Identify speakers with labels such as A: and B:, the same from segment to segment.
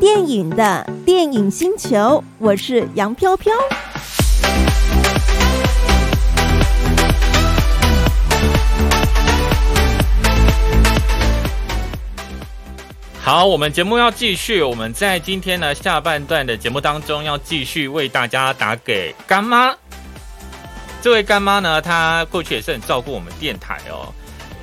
A: 电影的电影星球，我是杨飘飘。
B: 好，我们节目要继续。我们在今天呢下半段的节目当中，要继续为大家打给干妈。这位干妈呢，她过去也是很照顾我们电台哦，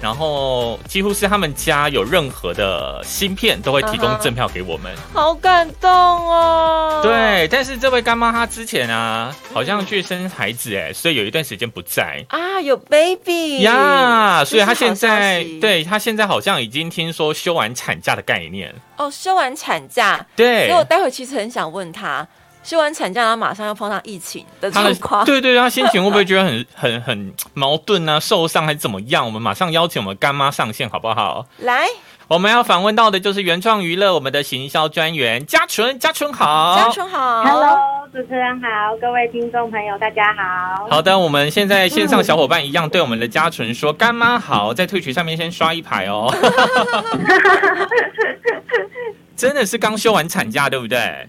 B: 然后几乎是他们家有任何的芯片都会提供赠票给我们。
C: 好感动嗯哦！，
B: 对，但是这位干妈她之前啊，好像去生孩子哎，所以有一段时间不在。
C: 啊，有 baby
B: 呀、
C: 这
B: 所以
C: 是
B: 她现
C: 好消
B: 在
C: 息
B: 对她现在好像已经听说休完产假的概念，
C: 哦，休完产假，
B: 对
C: 所以，我待会其实很想问他，休完产假，然后马上要碰上疫情的
B: 他的
C: 状况，
B: 对对，他心情会不会觉得很 很很矛盾啊？受伤还是怎么样？我们马上邀请我们干妈上线好不好？
C: 来，
B: 我们要访问到的就是原创娱乐我们的行销专员嘉纯，嘉纯好。
C: 嘉春好
D: Hello，主持人好，各位听众朋友大家好。
B: 好的，我们现在线上小伙伴一样对我们的嘉纯说：“干妈好，在退群上面先刷一排哦。” 真的是刚休完产假，对不对？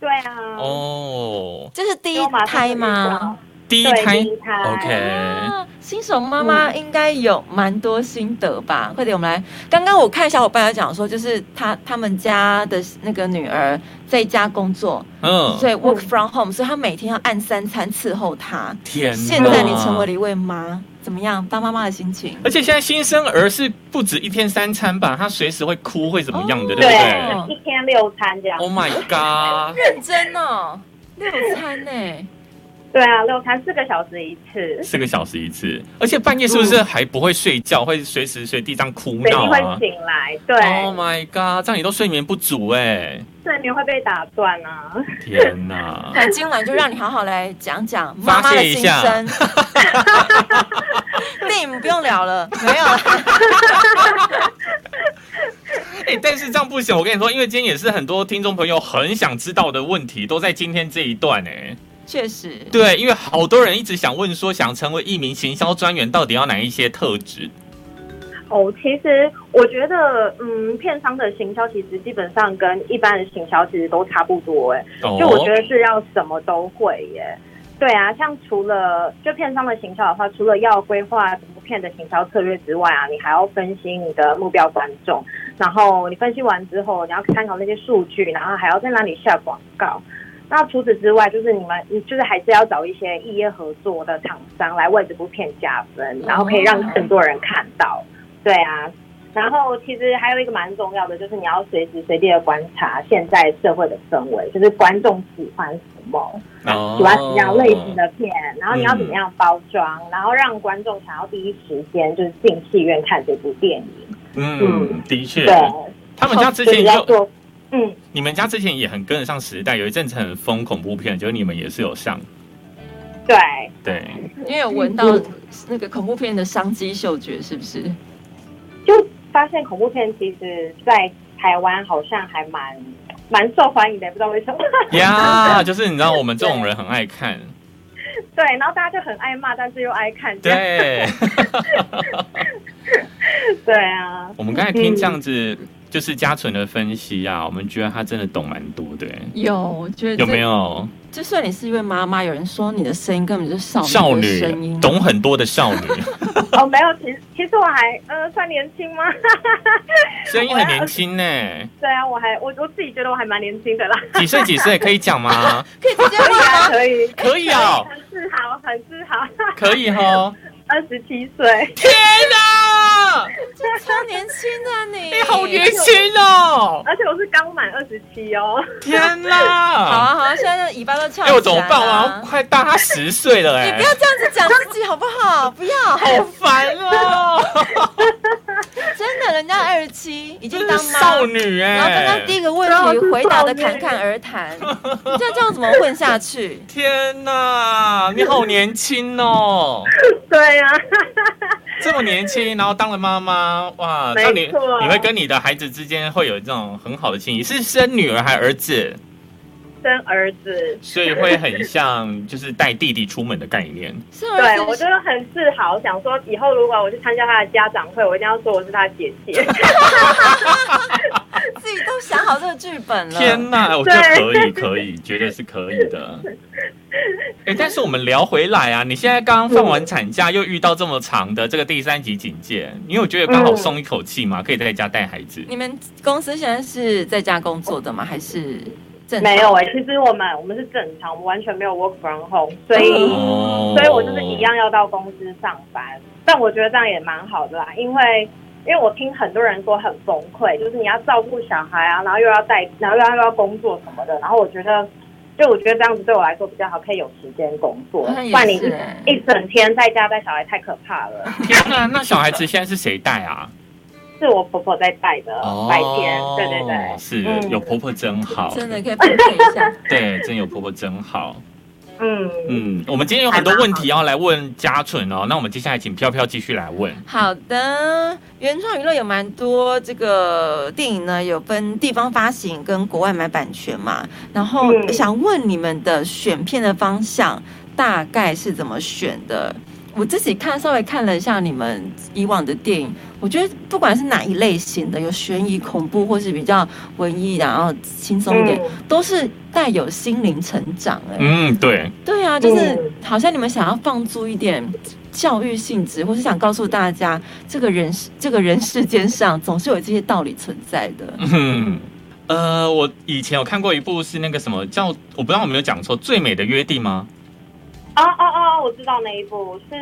D: 对啊，
B: 哦，
C: 这是第
D: 就
C: 一
D: 马上
C: 胎
D: 就遇
C: 吗
D: 到？？
B: 第一
D: 对
B: 胎
D: 第一胎
B: ，OK，
C: 啊，新手妈妈
B: 嗯
C: 应该有蛮多心得吧？快点，我们来。刚刚我看小伙伴有讲说，就是他他们家的那个女儿在家工作，
B: 嗯，
C: 所以 work from home，所以她每天要按三餐伺候他。
B: 天哪，
C: 现在你成为了一位妈，怎么样？当妈妈的心情？
B: 而且现在新生儿是不止一天三餐吧，他随时会哭，会怎么样的，对
C: 哦
B: 不对
C: 对
D: 一天六餐这样。
B: ？Oh my god！
C: 认真哦，六餐欸呢、
D: 对啊，六餐四个小时一次，
B: 四个小时一次，而且半夜是不是还不会睡觉，会随时随地这样哭
D: 随
B: 闹
D: 定
B: 啊
D: 会醒来，对，
B: ？Oh my god！这样你都睡眠不足哎、
D: 睡眠会被打断啊。
B: 天 哪！
C: 那今晚就让你 好好来讲讲妈妈的心声。 电影不用聊了，没有了。
B: 哎、但是这样不行，我跟你说，因为今天也是很多听众朋友很想知道的问题，都在今天这一段哎、
C: 确实，
B: 对，因为好多人一直想问说，想成为一名行销专员，到底要哪一些特质？
D: 哦，其实我觉得，嗯，片商的行销其实基本上跟一般的行销其实都差不多、哎，
B: 哦
D: 就我觉得是要什么都会耶。对啊，像除了就片商的行销的话，除了要规划整部片的行销策略之外啊，你还要分析你的目标观众，然后你分析完之后，你要参考那些数据，然后还要在哪里下广告。那除此之外，就是你们，你就是还是要找一些异业合作的厂商来为这部片加分，然后可以让更多人看到。对啊，然后其实还有一个蛮重要的，就是你要随时随地的观察现在社会的氛围，就是观众喜欢什么，
B: 哦
D: 喜欢什么样类型的片，然后你要怎么样包装，然后让观众想要第一时间就是进戏院看这部电影。
B: 嗯，的确
D: 对，，
B: 他们家之
D: 所以
B: 前
D: 你要
B: 就，
D: 做，嗯，
B: 你们家之前也很跟得上时代，有一阵子很疯恐怖片，就是你们也是有上，
D: 对。
B: 对，
C: 因为有闻到那个恐怖片的商机嗅觉，是不是？
D: 就发现恐怖片其实在台湾好像还蛮蛮受欢迎的，也不知道为什么。
B: 呀，就是你知道我们这种人很爱看，
D: 对，然后大家就很爱骂，但是又爱看。这 样
B: 对，
D: 对啊，
B: 我们刚才听这样子，就是嘉纯的分析啊，我们觉得他真的懂蛮多的，
C: 有，我觉得
B: 有没
C: 有？
B: 有
C: 就算你是一位妈妈，有人说你的声音根本就是少
B: 少
C: 女的声
B: 女
C: 音，
B: 懂很多的少 女，
D: 哦，没有，其实其实我还呃算年轻吗？
B: 声音很年轻呢，
D: 对啊，我还我我自己觉得我还蛮年轻的啦，
B: 几岁几岁可以讲 吗？
C: 可以直接
D: 可以啊，
C: 问吗？
D: 可以，
B: 可以哦，
D: 很自豪，很自豪，
B: 可以哦，
D: 二十七岁，
B: 天哪，
C: 这超年轻的 你，
B: 你哎好年轻哦，
D: 而且我是刚满二十七哦。
B: 天
C: 好
B: 哪！
C: 啊好啊，现在尾巴都翘
B: 哎、
C: 起来了。
B: 我怎么办？我好像快大他十岁了、
C: 你
B: 哎，
C: 不要这样子讲自己好不 好？不要，
B: 好烦哦、
C: 真的，人家二十七已
B: 就
C: 经
B: 是
C: 当妈，
B: 少女哎、
C: 然后刚刚第一个问
D: 然后
C: 题
D: 是
C: 回答的
D: 少女
C: 侃侃 而谈，你这样这样怎么混下去？
B: 天哪，你好年轻哦、
D: 对啊，
B: 这么年轻，然后当了妈妈，哇，
D: 没
B: 那你
D: 错
B: 你会跟你的孩子之间会有这种很好的亲谊，是生女儿还儿子，
D: 生儿子，
B: 所以会很像就是带弟弟出门的概念。
C: 是
D: 对
C: 儿
D: 我
C: 子
D: 就很自豪，想说以后如果我去参加他的家长会，我一定要说我是他姐姐。
C: 自己都想好这个剧本了。
B: 天 哪，我觉得可以，可以，绝对是可以的。哎，但是我们聊回来啊，你现在刚刚放完产假，又遇到这么长的这个第三级警戒，你有觉得刚好松一口气吗？可以在家带孩子？
C: 你们公司现在是在家工作的吗？还是正常
D: 没有哎、其实我们我们是正常，我们完全没有 work from home，所以、
B: 哦
D: 嗯所以我就是一样要到公司上班。但我觉得这样也蛮好的啦，因为因为我听很多人说很崩溃，就是你要照顾小孩啊，然后又要带，然后又要又要工作什么的，然后我觉得。就我觉得这样子对我来说比较好，可以有时间工作。
C: 好像也
D: 不然你
C: 是哎
D: 一整天在家带小孩太可 怕了，
B: 天哪，那小孩子现在是谁带啊？
D: 是我婆婆在带的。白天，对对对，
B: 哦是
D: 嗯
B: 有婆婆真好，
C: 真的可以分配一下。
B: 对，真有婆婆真好。
D: 嗯嗯，
B: 嗯，我们今天有很多问题要来问嘉纯哦，那我们接下来请飘飘继续来问。
C: 好的，原创娱乐有蛮多这个电影呢，有分地方发行跟国外买版权嘛。然后
D: 嗯
C: 想问你们的选片的方向大概是怎么选的？我自己看稍微看了一下你们以往的电影，我觉得不管是哪一类型的，有悬疑、恐怖，或是比较文艺，然后轻松一
D: 嗯
C: 点，都是带有心灵成长、欸。
B: 嗯，对，
C: 对啊，就是
D: 嗯
C: 好像你们想要放逐一点教育性质，或是想告诉大家，这个人世这个人世间上总是有这些道理存在的。
B: 嗯， 呃，我以前有看过一部是那个什么叫，我不知道我有没有讲错，《最美的约定》吗？
D: 哦哦哦，我知道那一部是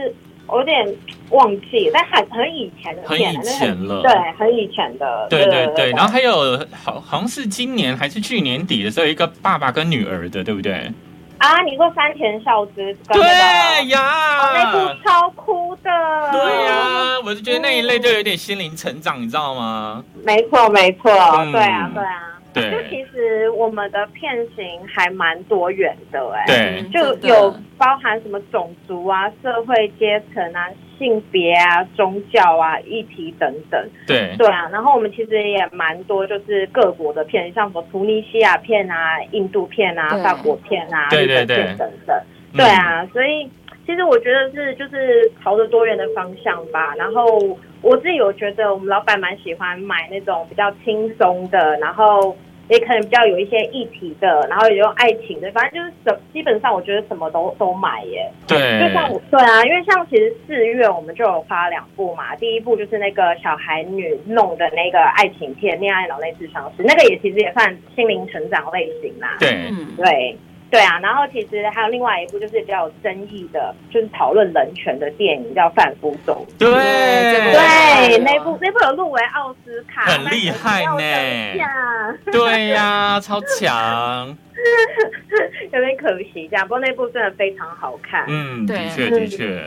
D: 我有点忘记，但很很以前的
B: 很
D: 片
B: 以
D: 了，那
B: 前
D: 很
B: 了，
D: 对，很以前的，
B: 对对
D: 对
B: 对，然后还有好好像是今年还是去年底的时候，有一个爸爸跟女儿的，对不对？
D: 啊，你说山田孝之跟那
B: 对
D: 个。哦那
B: 呀
D: 部，超哭的，
B: 对呀，我就觉得那一类就有点心灵成长，你知道吗？
D: 没错没错，
B: 嗯
D: 对啊对啊，
B: 对
D: 就 其实我们的片型还蛮多元的哎、
B: 对，
D: 就有包含什么种族啊、社会阶层啊、性别啊、宗教啊、议题等等。
B: 对，
D: 对啊，然后我们其实也蛮多，就是各国的片，像什么突尼西亚片啊、印度片啊
C: 对、
D: 法国片啊、
B: 对
D: 日本
B: 对对
D: 片等等。
B: 嗯
D: 对，啊，所以其实我觉得是就是朝着多元的方向吧。然后我自己有觉得我们老板蛮喜欢买那种比较轻松的，然后也可能比较有一些议题的，然后也有爱情的，反正就是什基本上我觉得什么都都买耶。就
B: 对，
D: 像我对啊，因为像其实四月我们就有发两部嘛，第一部就是那个小孩女弄的那个爱情片《恋爱脑内智商师》，那个也其实也算心灵成长类型啦。
B: 对，
C: 嗯，
D: 对对啊，然后其实还有另外一部就是比较有争议的，就是讨论人权的电影叫《贩夫走
B: 对，
C: 对
D: 对，那部那部有入围奥斯卡，
B: 嗯很厉害呢
D: 但是比较等一下
B: 对
D: 啊
B: 呀，超强，
D: 有点可惜这样。不过那部真的非常好看，
B: 嗯，
C: 对
B: 的确的确，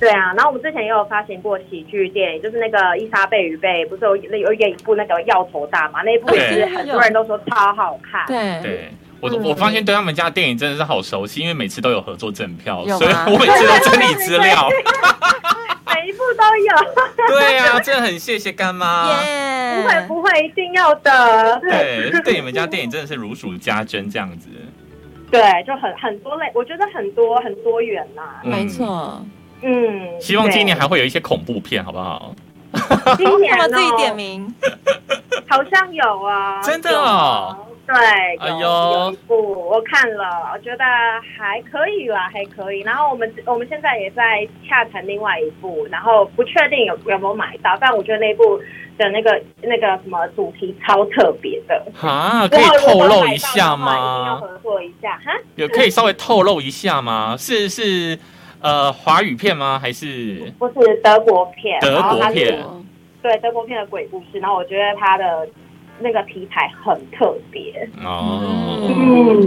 D: 对啊。然后我们之前也有发行过喜剧电影，就是那个伊莎贝与贝，不是有有演一部那个要头大嘛？那一部也是
C: 对
D: 很多人都说超好看，
C: 哎对，
B: 对。我
D: 嗯
B: 我发现对他们家电影真的是好熟悉，因为每次都有合作赠票，
C: 有吗
B: 所以我每次都 整理资料。
D: 每一部都 有，
B: 对呀、真的很谢谢干妈。
D: 不会
C: 耶，
D: 不会，一定要的。
B: 对，对你们家电影真的是如数家珍这样子。
D: 对，就很很多类，我觉得很多很多元啦。
B: 嗯
C: 没。错，
D: 嗯，
B: 希望今年
D: 对
B: 还会有一些恐怖片，好不好？
D: 今年
C: 那
D: 哦
C: 么自己点名，
D: 好像有啊，
B: 真的哦
D: 有。对，有
B: 哎呦
D: 有一部我看了，我觉得还可以啦，还可以。然后我们我们现在也在洽谈另外一部，然后不确定有有没有买到，但我觉得那部的那个那个什么主题超特别的，
B: 啊，可以透露一下
D: 如果有买到的话一定要
B: 吗？
D: 合作一下哈。
B: 有可以稍微透露一下吗？是是，呃，华语片吗？还是
D: 不是德国片，
B: 德
D: 然后
B: 国
D: 它是
B: 片
D: 对德国片的鬼故事，然后我觉得它的那个题材很特别。
B: 哦？
C: 嗯
D: 嗯，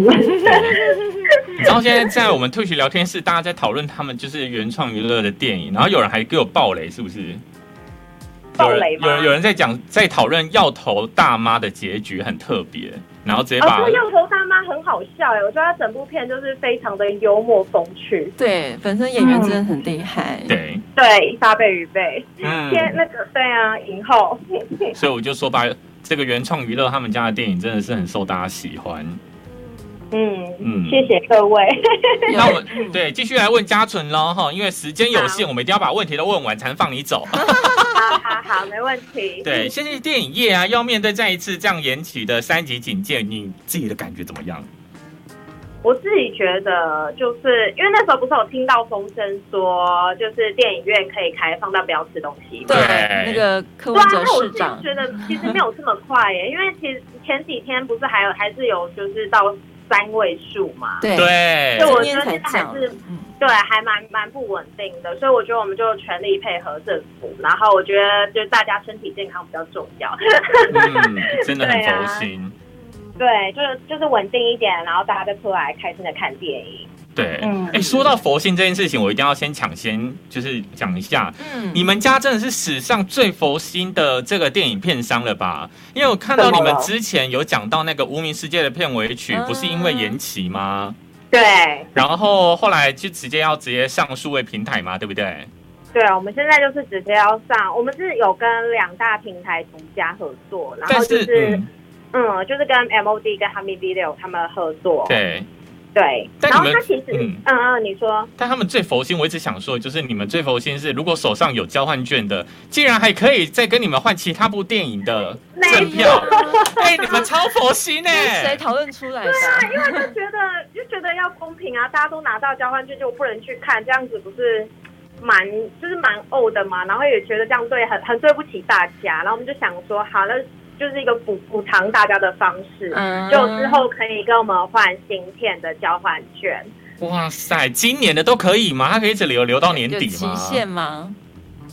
B: 你知道现在在我们退学聊天室，大家在讨论他们就是原创娱乐的电影，然后有人还给我爆雷，是不是？
D: 爆雷吗
B: 有人有人有人在讲，在讨论要头大妈的结局很特别，然后直接
D: 哦，
B: 把、
D: 这个要头大妈很好笑哎，我觉得她整部片就是非常的幽默风趣。
C: 对，本身演员真的很厉害，，
B: 对，
D: 对，伊莎贝与贝，
B: 嗯
D: 天、那个对啊，影后。
B: 所以我就说吧，这个原创娱乐他们家的电影真的是很受大家喜欢。
D: 嗯
B: 嗯
D: 嗯，谢谢各位。
B: 那我
C: 嗯
B: 们对继续来问嘉纯喽哈，因为时间有限，我们一定要把问题都问完才能放你走。
D: 好好好好，没问题。
B: 对，现在电影业啊，要面对再一次这样延期的三级警戒，你自己的感觉怎么样？
D: 我自己觉得，就是因为那时候不是有听到风声说，就是电影院可以开放，但不要吃东西吗。
C: 对
B: 对，
C: 那个柯
D: 对啊
C: 文，哲
D: 那我
C: 市
D: 自己
C: 长，
D: 觉得其实没有这么快欸耶，因为其实前几天不是还有还是有就是到三位数嘛，
C: 对，
B: 对
D: 对，，我
C: 今
D: 觉
C: 天
D: 得
C: 才
D: 现在还
C: 讲
D: 是，
C: 嗯，
D: 对，还蛮蛮不稳定的，所以我觉得我们就全力配合政府，然后我觉得就是大家身体健康比较重要，
B: 嗯，真的很
D: 对啊
B: 佛心。
D: 对，就是就是稳定一点，然后大家再出来开心的看电影。
B: 对，
D: 嗯
B: 哎，说到佛性这件事情，我一定要先抢先就是讲一下，
C: 嗯
B: 你们家真的是史上最佛心的这个电影片商了吧？因为我看到你们之前有讲到那个《无名世界》的片尾曲
C: 嗯，
B: 不是因为延期吗？
D: 对
B: 然后后来就直接要直接上数位平台嘛，对不对？
D: 对，我们现在就是直接要上，我们是有跟两大平台独家合作，然
B: 但
D: 后就是
B: 嗯，
D: 嗯，就是跟 MOD 跟 h a m i d 六他们合作，
B: 对，
D: 对，
B: 但
D: 然后
B: 你们
D: 他其实
B: 嗯
D: 嗯嗯，你说
B: 但他们最佛心，我一直想说，就是你们最佛心是，如果手上有交换券的，竟然还可以再跟你们换其他部电影的
D: 没
B: 赠票，哎，你们超佛心
C: 是
B: 哎、
C: 嗯谁讨论出来的
D: 对啊，
C: 啊？
D: 因为就觉得 就觉得要公平啊，大家都拿到交换券就不能去看，这样子不是蛮就是蛮呕的嘛。然后也觉得这样对很很对不起大家，然后我们就想说，好，那就是一个补补偿大家的方式，
C: 嗯
D: 就之后可以跟我们换芯片的交换券。
B: 哇塞，今年的都可以吗？它可以一直留留到年
C: 嗯有
B: 底
C: 期
B: 吗？
C: 限吗？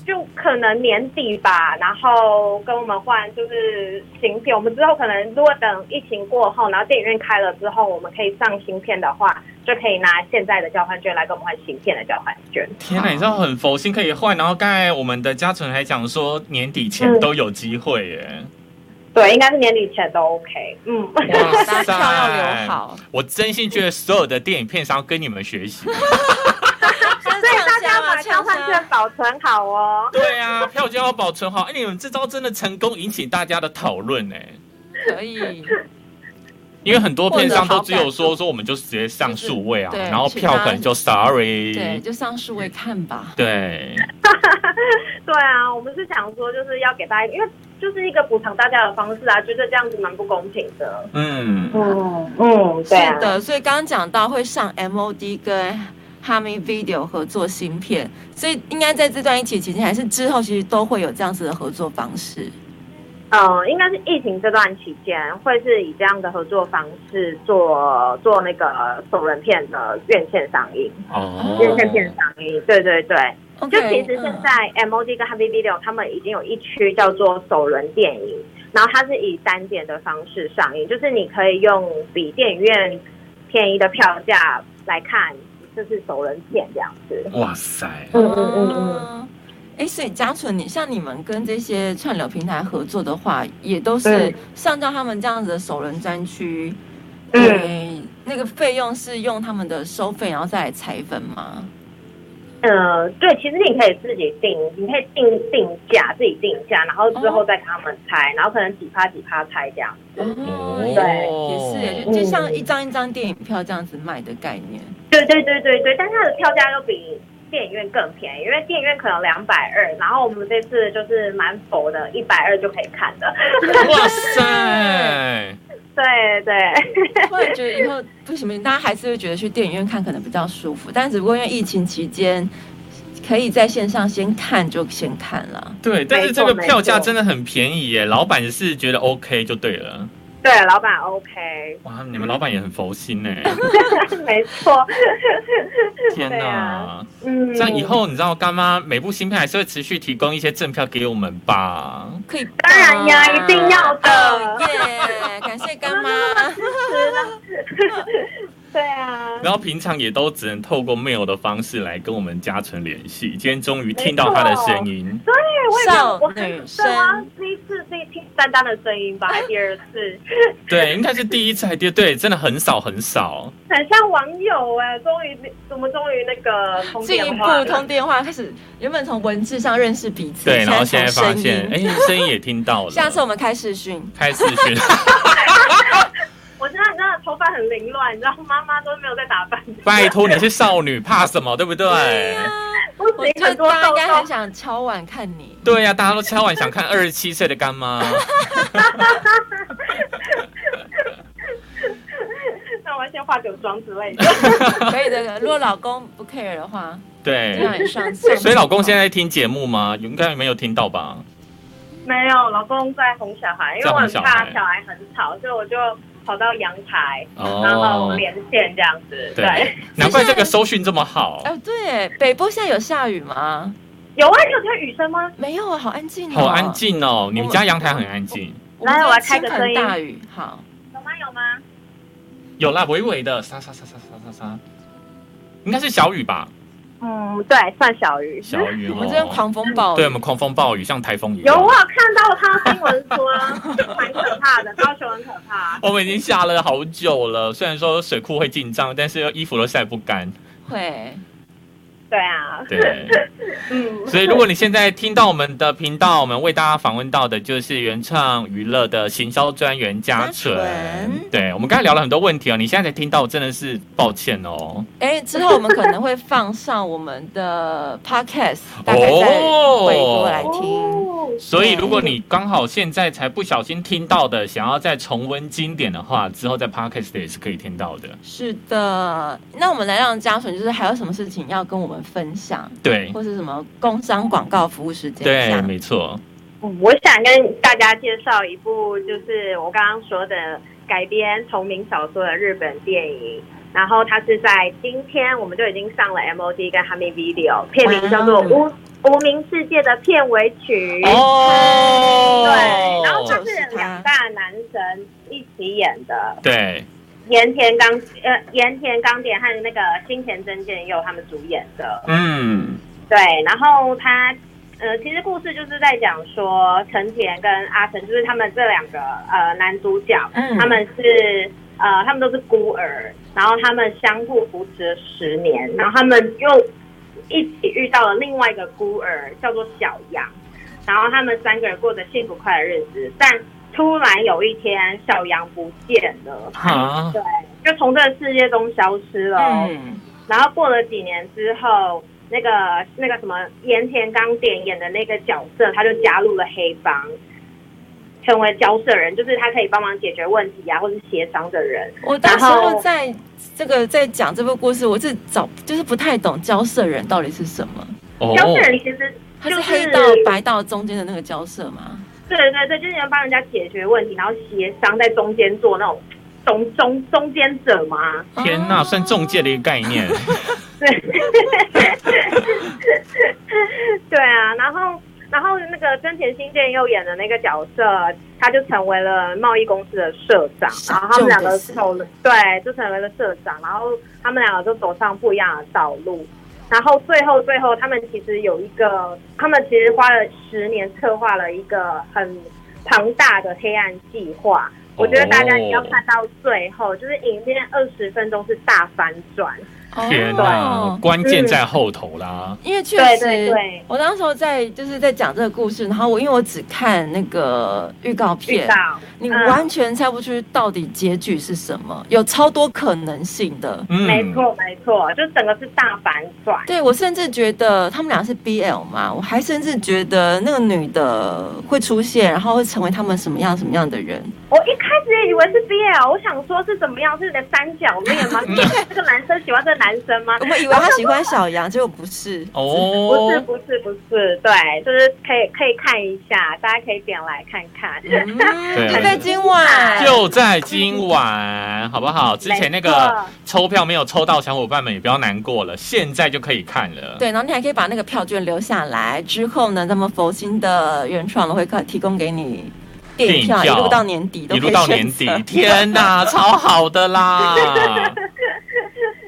D: 就可能年底吧，然后跟我们换就是芯片。我们之后可能如果等疫情过后，然后电影院开了之后，我们可以上芯片的话，就可以拿现在的交换券来跟我们换芯片的交换券。
B: 天哪，
C: 好
B: 你知道很佛心可以换，然后刚才我们的嘉纯还讲说年底前都有机会耶，
D: 对，应该是年底前都 OK。嗯，
B: 哇
C: 大家票要留好，
B: 我真心觉得所有的电影片商跟你们学习。
C: 所
D: 所以大家要把交换券保存好哦。
B: 对啊， 票就要保存好。哎、你们这招真的成功引起大家的讨论哎，
C: 可以，
B: 因为很多片商都只有说说我们就直接上数位啊，
C: 就是对
B: 然后票可能就
C: 对，
D: 嗯
B: sorry。
C: 就上数位看吧。
B: 对，
D: 对啊，我们是想说就是要给大家，因为就是一个补偿大家的方式啊，觉得这样子蛮不公平的。
B: 嗯，
D: 嗯嗯，
C: 是
D: 对啊，
C: 的，所以刚刚讲到会上 MOD 跟 h a m i Video 合作芯片，所以应该在这段疫情期间还是之后，其实都会有这样子的合作方式。
D: 嗯，应该是疫情这段期间，会是以这样的合作方式做做那个首人片的院线上映，
B: 哦
D: 院线片上映。对对对，就
C: OK，
D: 其实现
C: 嗯
D: 在 MOD 跟 Happy Video 他们已经有一区叫做首轮电影，然后它是以单点的方式上映，就是你可以用比电影院便宜的票价来看，就是首轮片这样子。
B: 哇 塞，
D: 嗯嗯嗯嗯。
C: 嗯。哎，所以嘉纯，你像你们跟这些串流平台合作的话，也都是
D: 嗯
C: 上到他们这样子的首轮专区，
D: 嗯
C: 诶，那个费用是用他们的收费，然后再来裁分吗？
D: 呃，对，其实你可以自己定，你可以定定价，自己定价，然后之后再跟他们拆，然后可能几趴几趴拆这样。
C: 哦，
B: 对
C: 也也是，就就像
D: 嗯
C: 一张一张电影票这样子卖的概 念。
D: 对对对对对，但是它的票价又比电影院更便宜，因为电影院可能两百二，然后我们这次就是蛮佛的，一百二就可以看的。
B: 哇 塞，
D: 对对，
C: 突然觉得以后不行不行，大家还是会觉得去电影院看可能比较舒服，但只不过因为疫情期间，可以在线上先看就先看了。
B: 对，但是
D: 没
B: 这
D: 错
B: 个票价
D: 没错
B: 真的很便宜耶，老板是觉得 OK 就对了。
D: 对，老板 OK，
B: 哇，你们老板也很佛心呢！
D: 没错。
B: 天
D: 对
B: 哪，
D: 啊嗯，
B: 这样以后你知道干妈每部新片还是会持续提供一些赠票给我们吧？
C: 可以吧，
D: 当然呀一定要的
C: 哦耶！感谢干妈，
D: 对啊，
B: 然后平常也都只能透过 mail 的方式来跟我们嘉诚联系。今天终于听到他的声音，
D: 对，我也没有，
C: 少
D: 我
C: 女
D: 对啊
C: 生，
D: 第一次第一听丹丹的声音吧，第二次。
B: 对，应该是第一次还第二对，真的很少很 少。
D: 很像网友哎、终于我们终于那个通
C: 进
D: 电
C: 一步
D: 话了
C: 通电话开始，原本从文字上认识彼此，
B: 对，然后现在
C: 从
B: 发
C: 声
B: 现，
C: 音。
B: 哎，声音也听到了。
C: 下次我们开视讯，
B: 开视 讯，
D: 我现在真的头发很凌乱，你知道妈妈都没有在打扮。
B: 拜托你是少女，怕什么？对不对？
C: 啊
D: 不 是
C: 我觉得
D: 很多
C: 大家应该
D: 痘
C: 很
D: 痘
C: 想敲碗看你。
B: 对呀、大家都敲碗想看二十七岁的干 妈。
D: 那我要先化酒妆 之类的。
C: 可以的，如果老公不 care 的话，就
B: 对，
C: 让你上线。
B: 所以老公现在在听节目吗？应该没有听到吧？
D: 没有，老公在哄小孩，因为我很怕小孩很吵，所以我就跑到阳台，
B: 哦
D: 然后连线这样子。对，
B: 对，难怪这个收讯这么 好，
C: 哎，对，北部现在有下雨吗？
D: 有啊，你有听到雨声吗？
C: 没有啊，好安静哦，
B: 好安。静哦。你们家阳台很安静，
C: 哦
D: 来我来开个声音
C: 大雨，好，
D: 有吗？有吗？
B: 有啦，微微的沙沙沙沙沙沙沙，应该是小雨吧？
D: 嗯，对，算小雨。
B: 小雨
C: 我们这边
B: 哦。
C: 狂风暴雨
B: 对，我们狂风暴雨，像台风一
D: 有，啊
B: 样。
D: 我有看到他新闻说， 蛮可怕的，高雄很可怕。
B: 我们已经下了好久了，虽然说水库会进账，但是衣服都晒不干。
C: 会。
D: 对啊，
B: 对，
D: 嗯，
B: 所以如果你现在听到我们的频道，我们为大家访问到的就是原创娱乐的行销专员嘉纯
C: 嘉纯。
B: 对，我们刚才聊了很多问题哦，你现在才听到，真的是抱歉哦。
C: 哎，之后我们可能会放上我们的 podcast，大概再回过来听。
D: 哦
B: 所以，如果你刚好现在才不小心听到的，想要再重温经典的话，之后在 podcast 也是可以听到的。
C: 是的，那我们来让嘉纯，就是还有什么事情要跟我们分享，
B: 对
C: 或是什么工商广告服务时间这
B: 对，
C: 样？
B: 没错。
D: 我想跟大家介绍一部，就是我刚刚说的改编同名小说的日本电影。然后它是在今天，我们就已经上了 MOD 跟 h a m i Video，片名叫做《无无名世界》的片尾曲。
B: 哦，
D: 对，然后它
C: 就是
D: 是
C: 它
D: 两大男神一起演的，
B: 对
D: 盐田刚呃盐田刚典和那个新田真剑佑他们主演的。
B: 嗯，
D: 对，然后他呃，其实故事就是在讲说陈田跟阿成，就是他们这两个呃男主角，
C: 嗯
D: 他们是呃他们都是孤儿，然后他们相互扶持了十年，然后他们又一起遇到了另外一个孤儿，叫做小杨，然后他们三个人过着幸福快乐日子，但突然有一天小杨不见了，
B: 哈，
D: 就从这个世界中消失了哦。
C: 嗯，
D: 然后过了几年之后，那个那个什么盐田刚典演的那个角色，他就加入了黑帮，成为交涉人，就是他可以帮忙解决问题啊，或是协商的人。
C: 我当时
D: 然
C: 候
D: 后
C: 在这个在讲这部故事，我是找就是不太懂交涉人到底是什么，
B: 哦，
D: 交涉人其实
C: 他
D: 就是是
C: 黑道白道中间的那个交涉吗？
D: 对对对，就是能帮人家解决问题，然后协商在中间做那种中中中间者嘛。
B: 天呐，
C: 哦
B: 算中介的一个概 念。
D: 哦对，对啊，然后然后那个真田新健又演的那个角色，他就成为了贸易公司的社长，
C: 小
D: 然后他们两
C: 众的
D: 个
C: 事
D: 走了，对，就成为了社长，然后他们两个就走上不一样的道路。然后最后最后，他们其实有一个，他们其实花了十年策划了一个很庞大的黑暗计划。我觉得大家
C: 哦
D: 你要看到最后，就是影片二十分钟是大反转。
B: 天呐，
C: 哦，
B: 关键在后头啦。
C: 因为确
D: 对
C: 实，
D: 对对
C: 我当时候在就是在讲这个故事，然后我因为我只看那个预告
D: 遇
C: 片，
D: 到
C: 你
D: 嗯
C: 完全猜不出到底结局是什么，有超多可能性的。
B: 嗯，
D: 没错，没错，就整个是大反转。
C: 对我甚至觉得他们俩是 BL 嘛，我还甚至觉得那个女的会出现，然后会成为他们什么样什么样的人。
D: 我一开始也以为是 BL，我想说是怎么样，是个三角恋吗？是这个男生喜欢这个男生吗
C: 嗯我？们以为他喜欢小杨，结果不是。
D: 不是，
B: 哦，
D: 不是，不是，对，就是可以可以看一下，大家可以点来看看。
C: 嗯，
B: 对
C: 他在今晚
B: 就在今晚，好不好？之前那
D: 没
B: 个
D: 错
B: 抽票没有抽到，小伙伴们也不要难过了，现在就可以看了。
C: 对，然后你还可以把那个票券留下来，之后呢，那么佛心的原创呢会提供给你电影票，
B: 电影票
C: 一路到年底都
B: 一
C: 可
B: 路
C: 以
B: 到
C: 选
B: 年
C: 择
B: 底， 天呐，超好的 啦！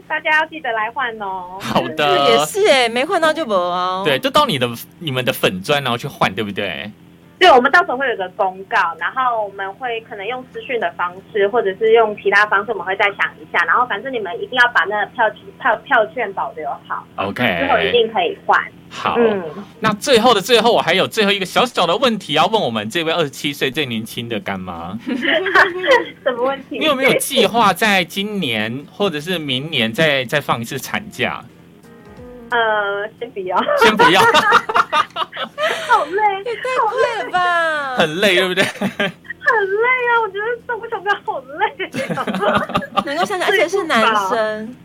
D: 大家要记得来换哦。
B: 好
C: 也
B: 的，
C: 是哎、没换到就没哦。
B: 对，，就到你的你们的粉砖，然后去换，对不对？
D: 对，我们到时候会有个公告，然后我们会可能用私讯的方式，或者是用其他方式，我们会再想一下。然后反正你们一定要把那个票票票券保留好，
C: 哎
D: 之后一
B: OK，
D: 定可以换。
B: 好。
D: 嗯。
B: 那最后的最后，我还有最后一个小小的问题要问我们这位二十七岁最年轻的干 妈，
D: 什么问题？
B: 你有没有计划在今年或者是明年再再放一次产假？
D: 呃，先不要，
B: 先不要，
D: 好累，
C: 也太快了吧！
B: 很累，对不 对？
D: 很累啊！我觉得这不小哥好累、啊。
C: 能够想想，而且是男生。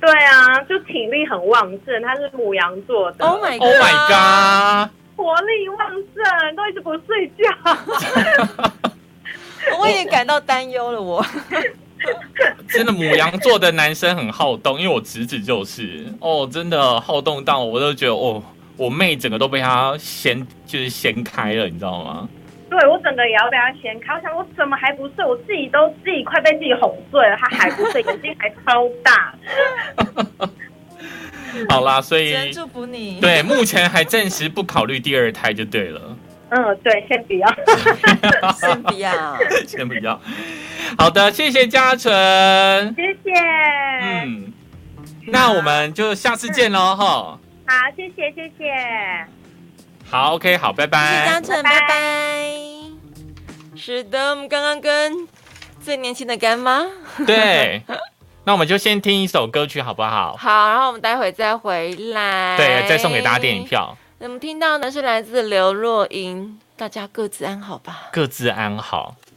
D: 对啊，就体力很旺盛，他是母羊座的
C: Oh my
B: Oh my god！
D: 活力旺盛，都一直不睡觉。
C: 我也感到担忧了，我。
B: 真的母羊座的男生很好动，因为我侄子就是哦，真的好动到我都觉得哦，我妹整个都被他掀，就是掀开了，你知道吗？
D: 对我整个也要被他掀开，我想我怎么还不睡？我自己都自己快被自己哄睡了，他还不睡，眼睛还超大。
B: 好啦，所
C: 只能
B: 以
C: 祝福你。
B: 对，目前还暂时不考虑第二胎就对了，
D: 嗯，对，先不要。
C: 先不要。
B: 先不要。好的，谢谢嘉纯，
D: 谢谢。
B: 嗯，
D: 嗯，
B: 那我们就下次见喽哈。
D: 好，谢谢，谢谢。
B: 好，OK，好，拜
C: 谢谢嘉
B: 拜。
C: 诚，拜
D: 拜拜
C: 拜。是的，我们刚刚跟最年轻的干妈
B: 对，那我们就先听一首歌曲好不好？
C: 好，然后我们待会再回来，
B: 对，再送给大家电影。票，
C: 我们听到呢是来自刘若英，大家各自安好吧。
B: 各自安好。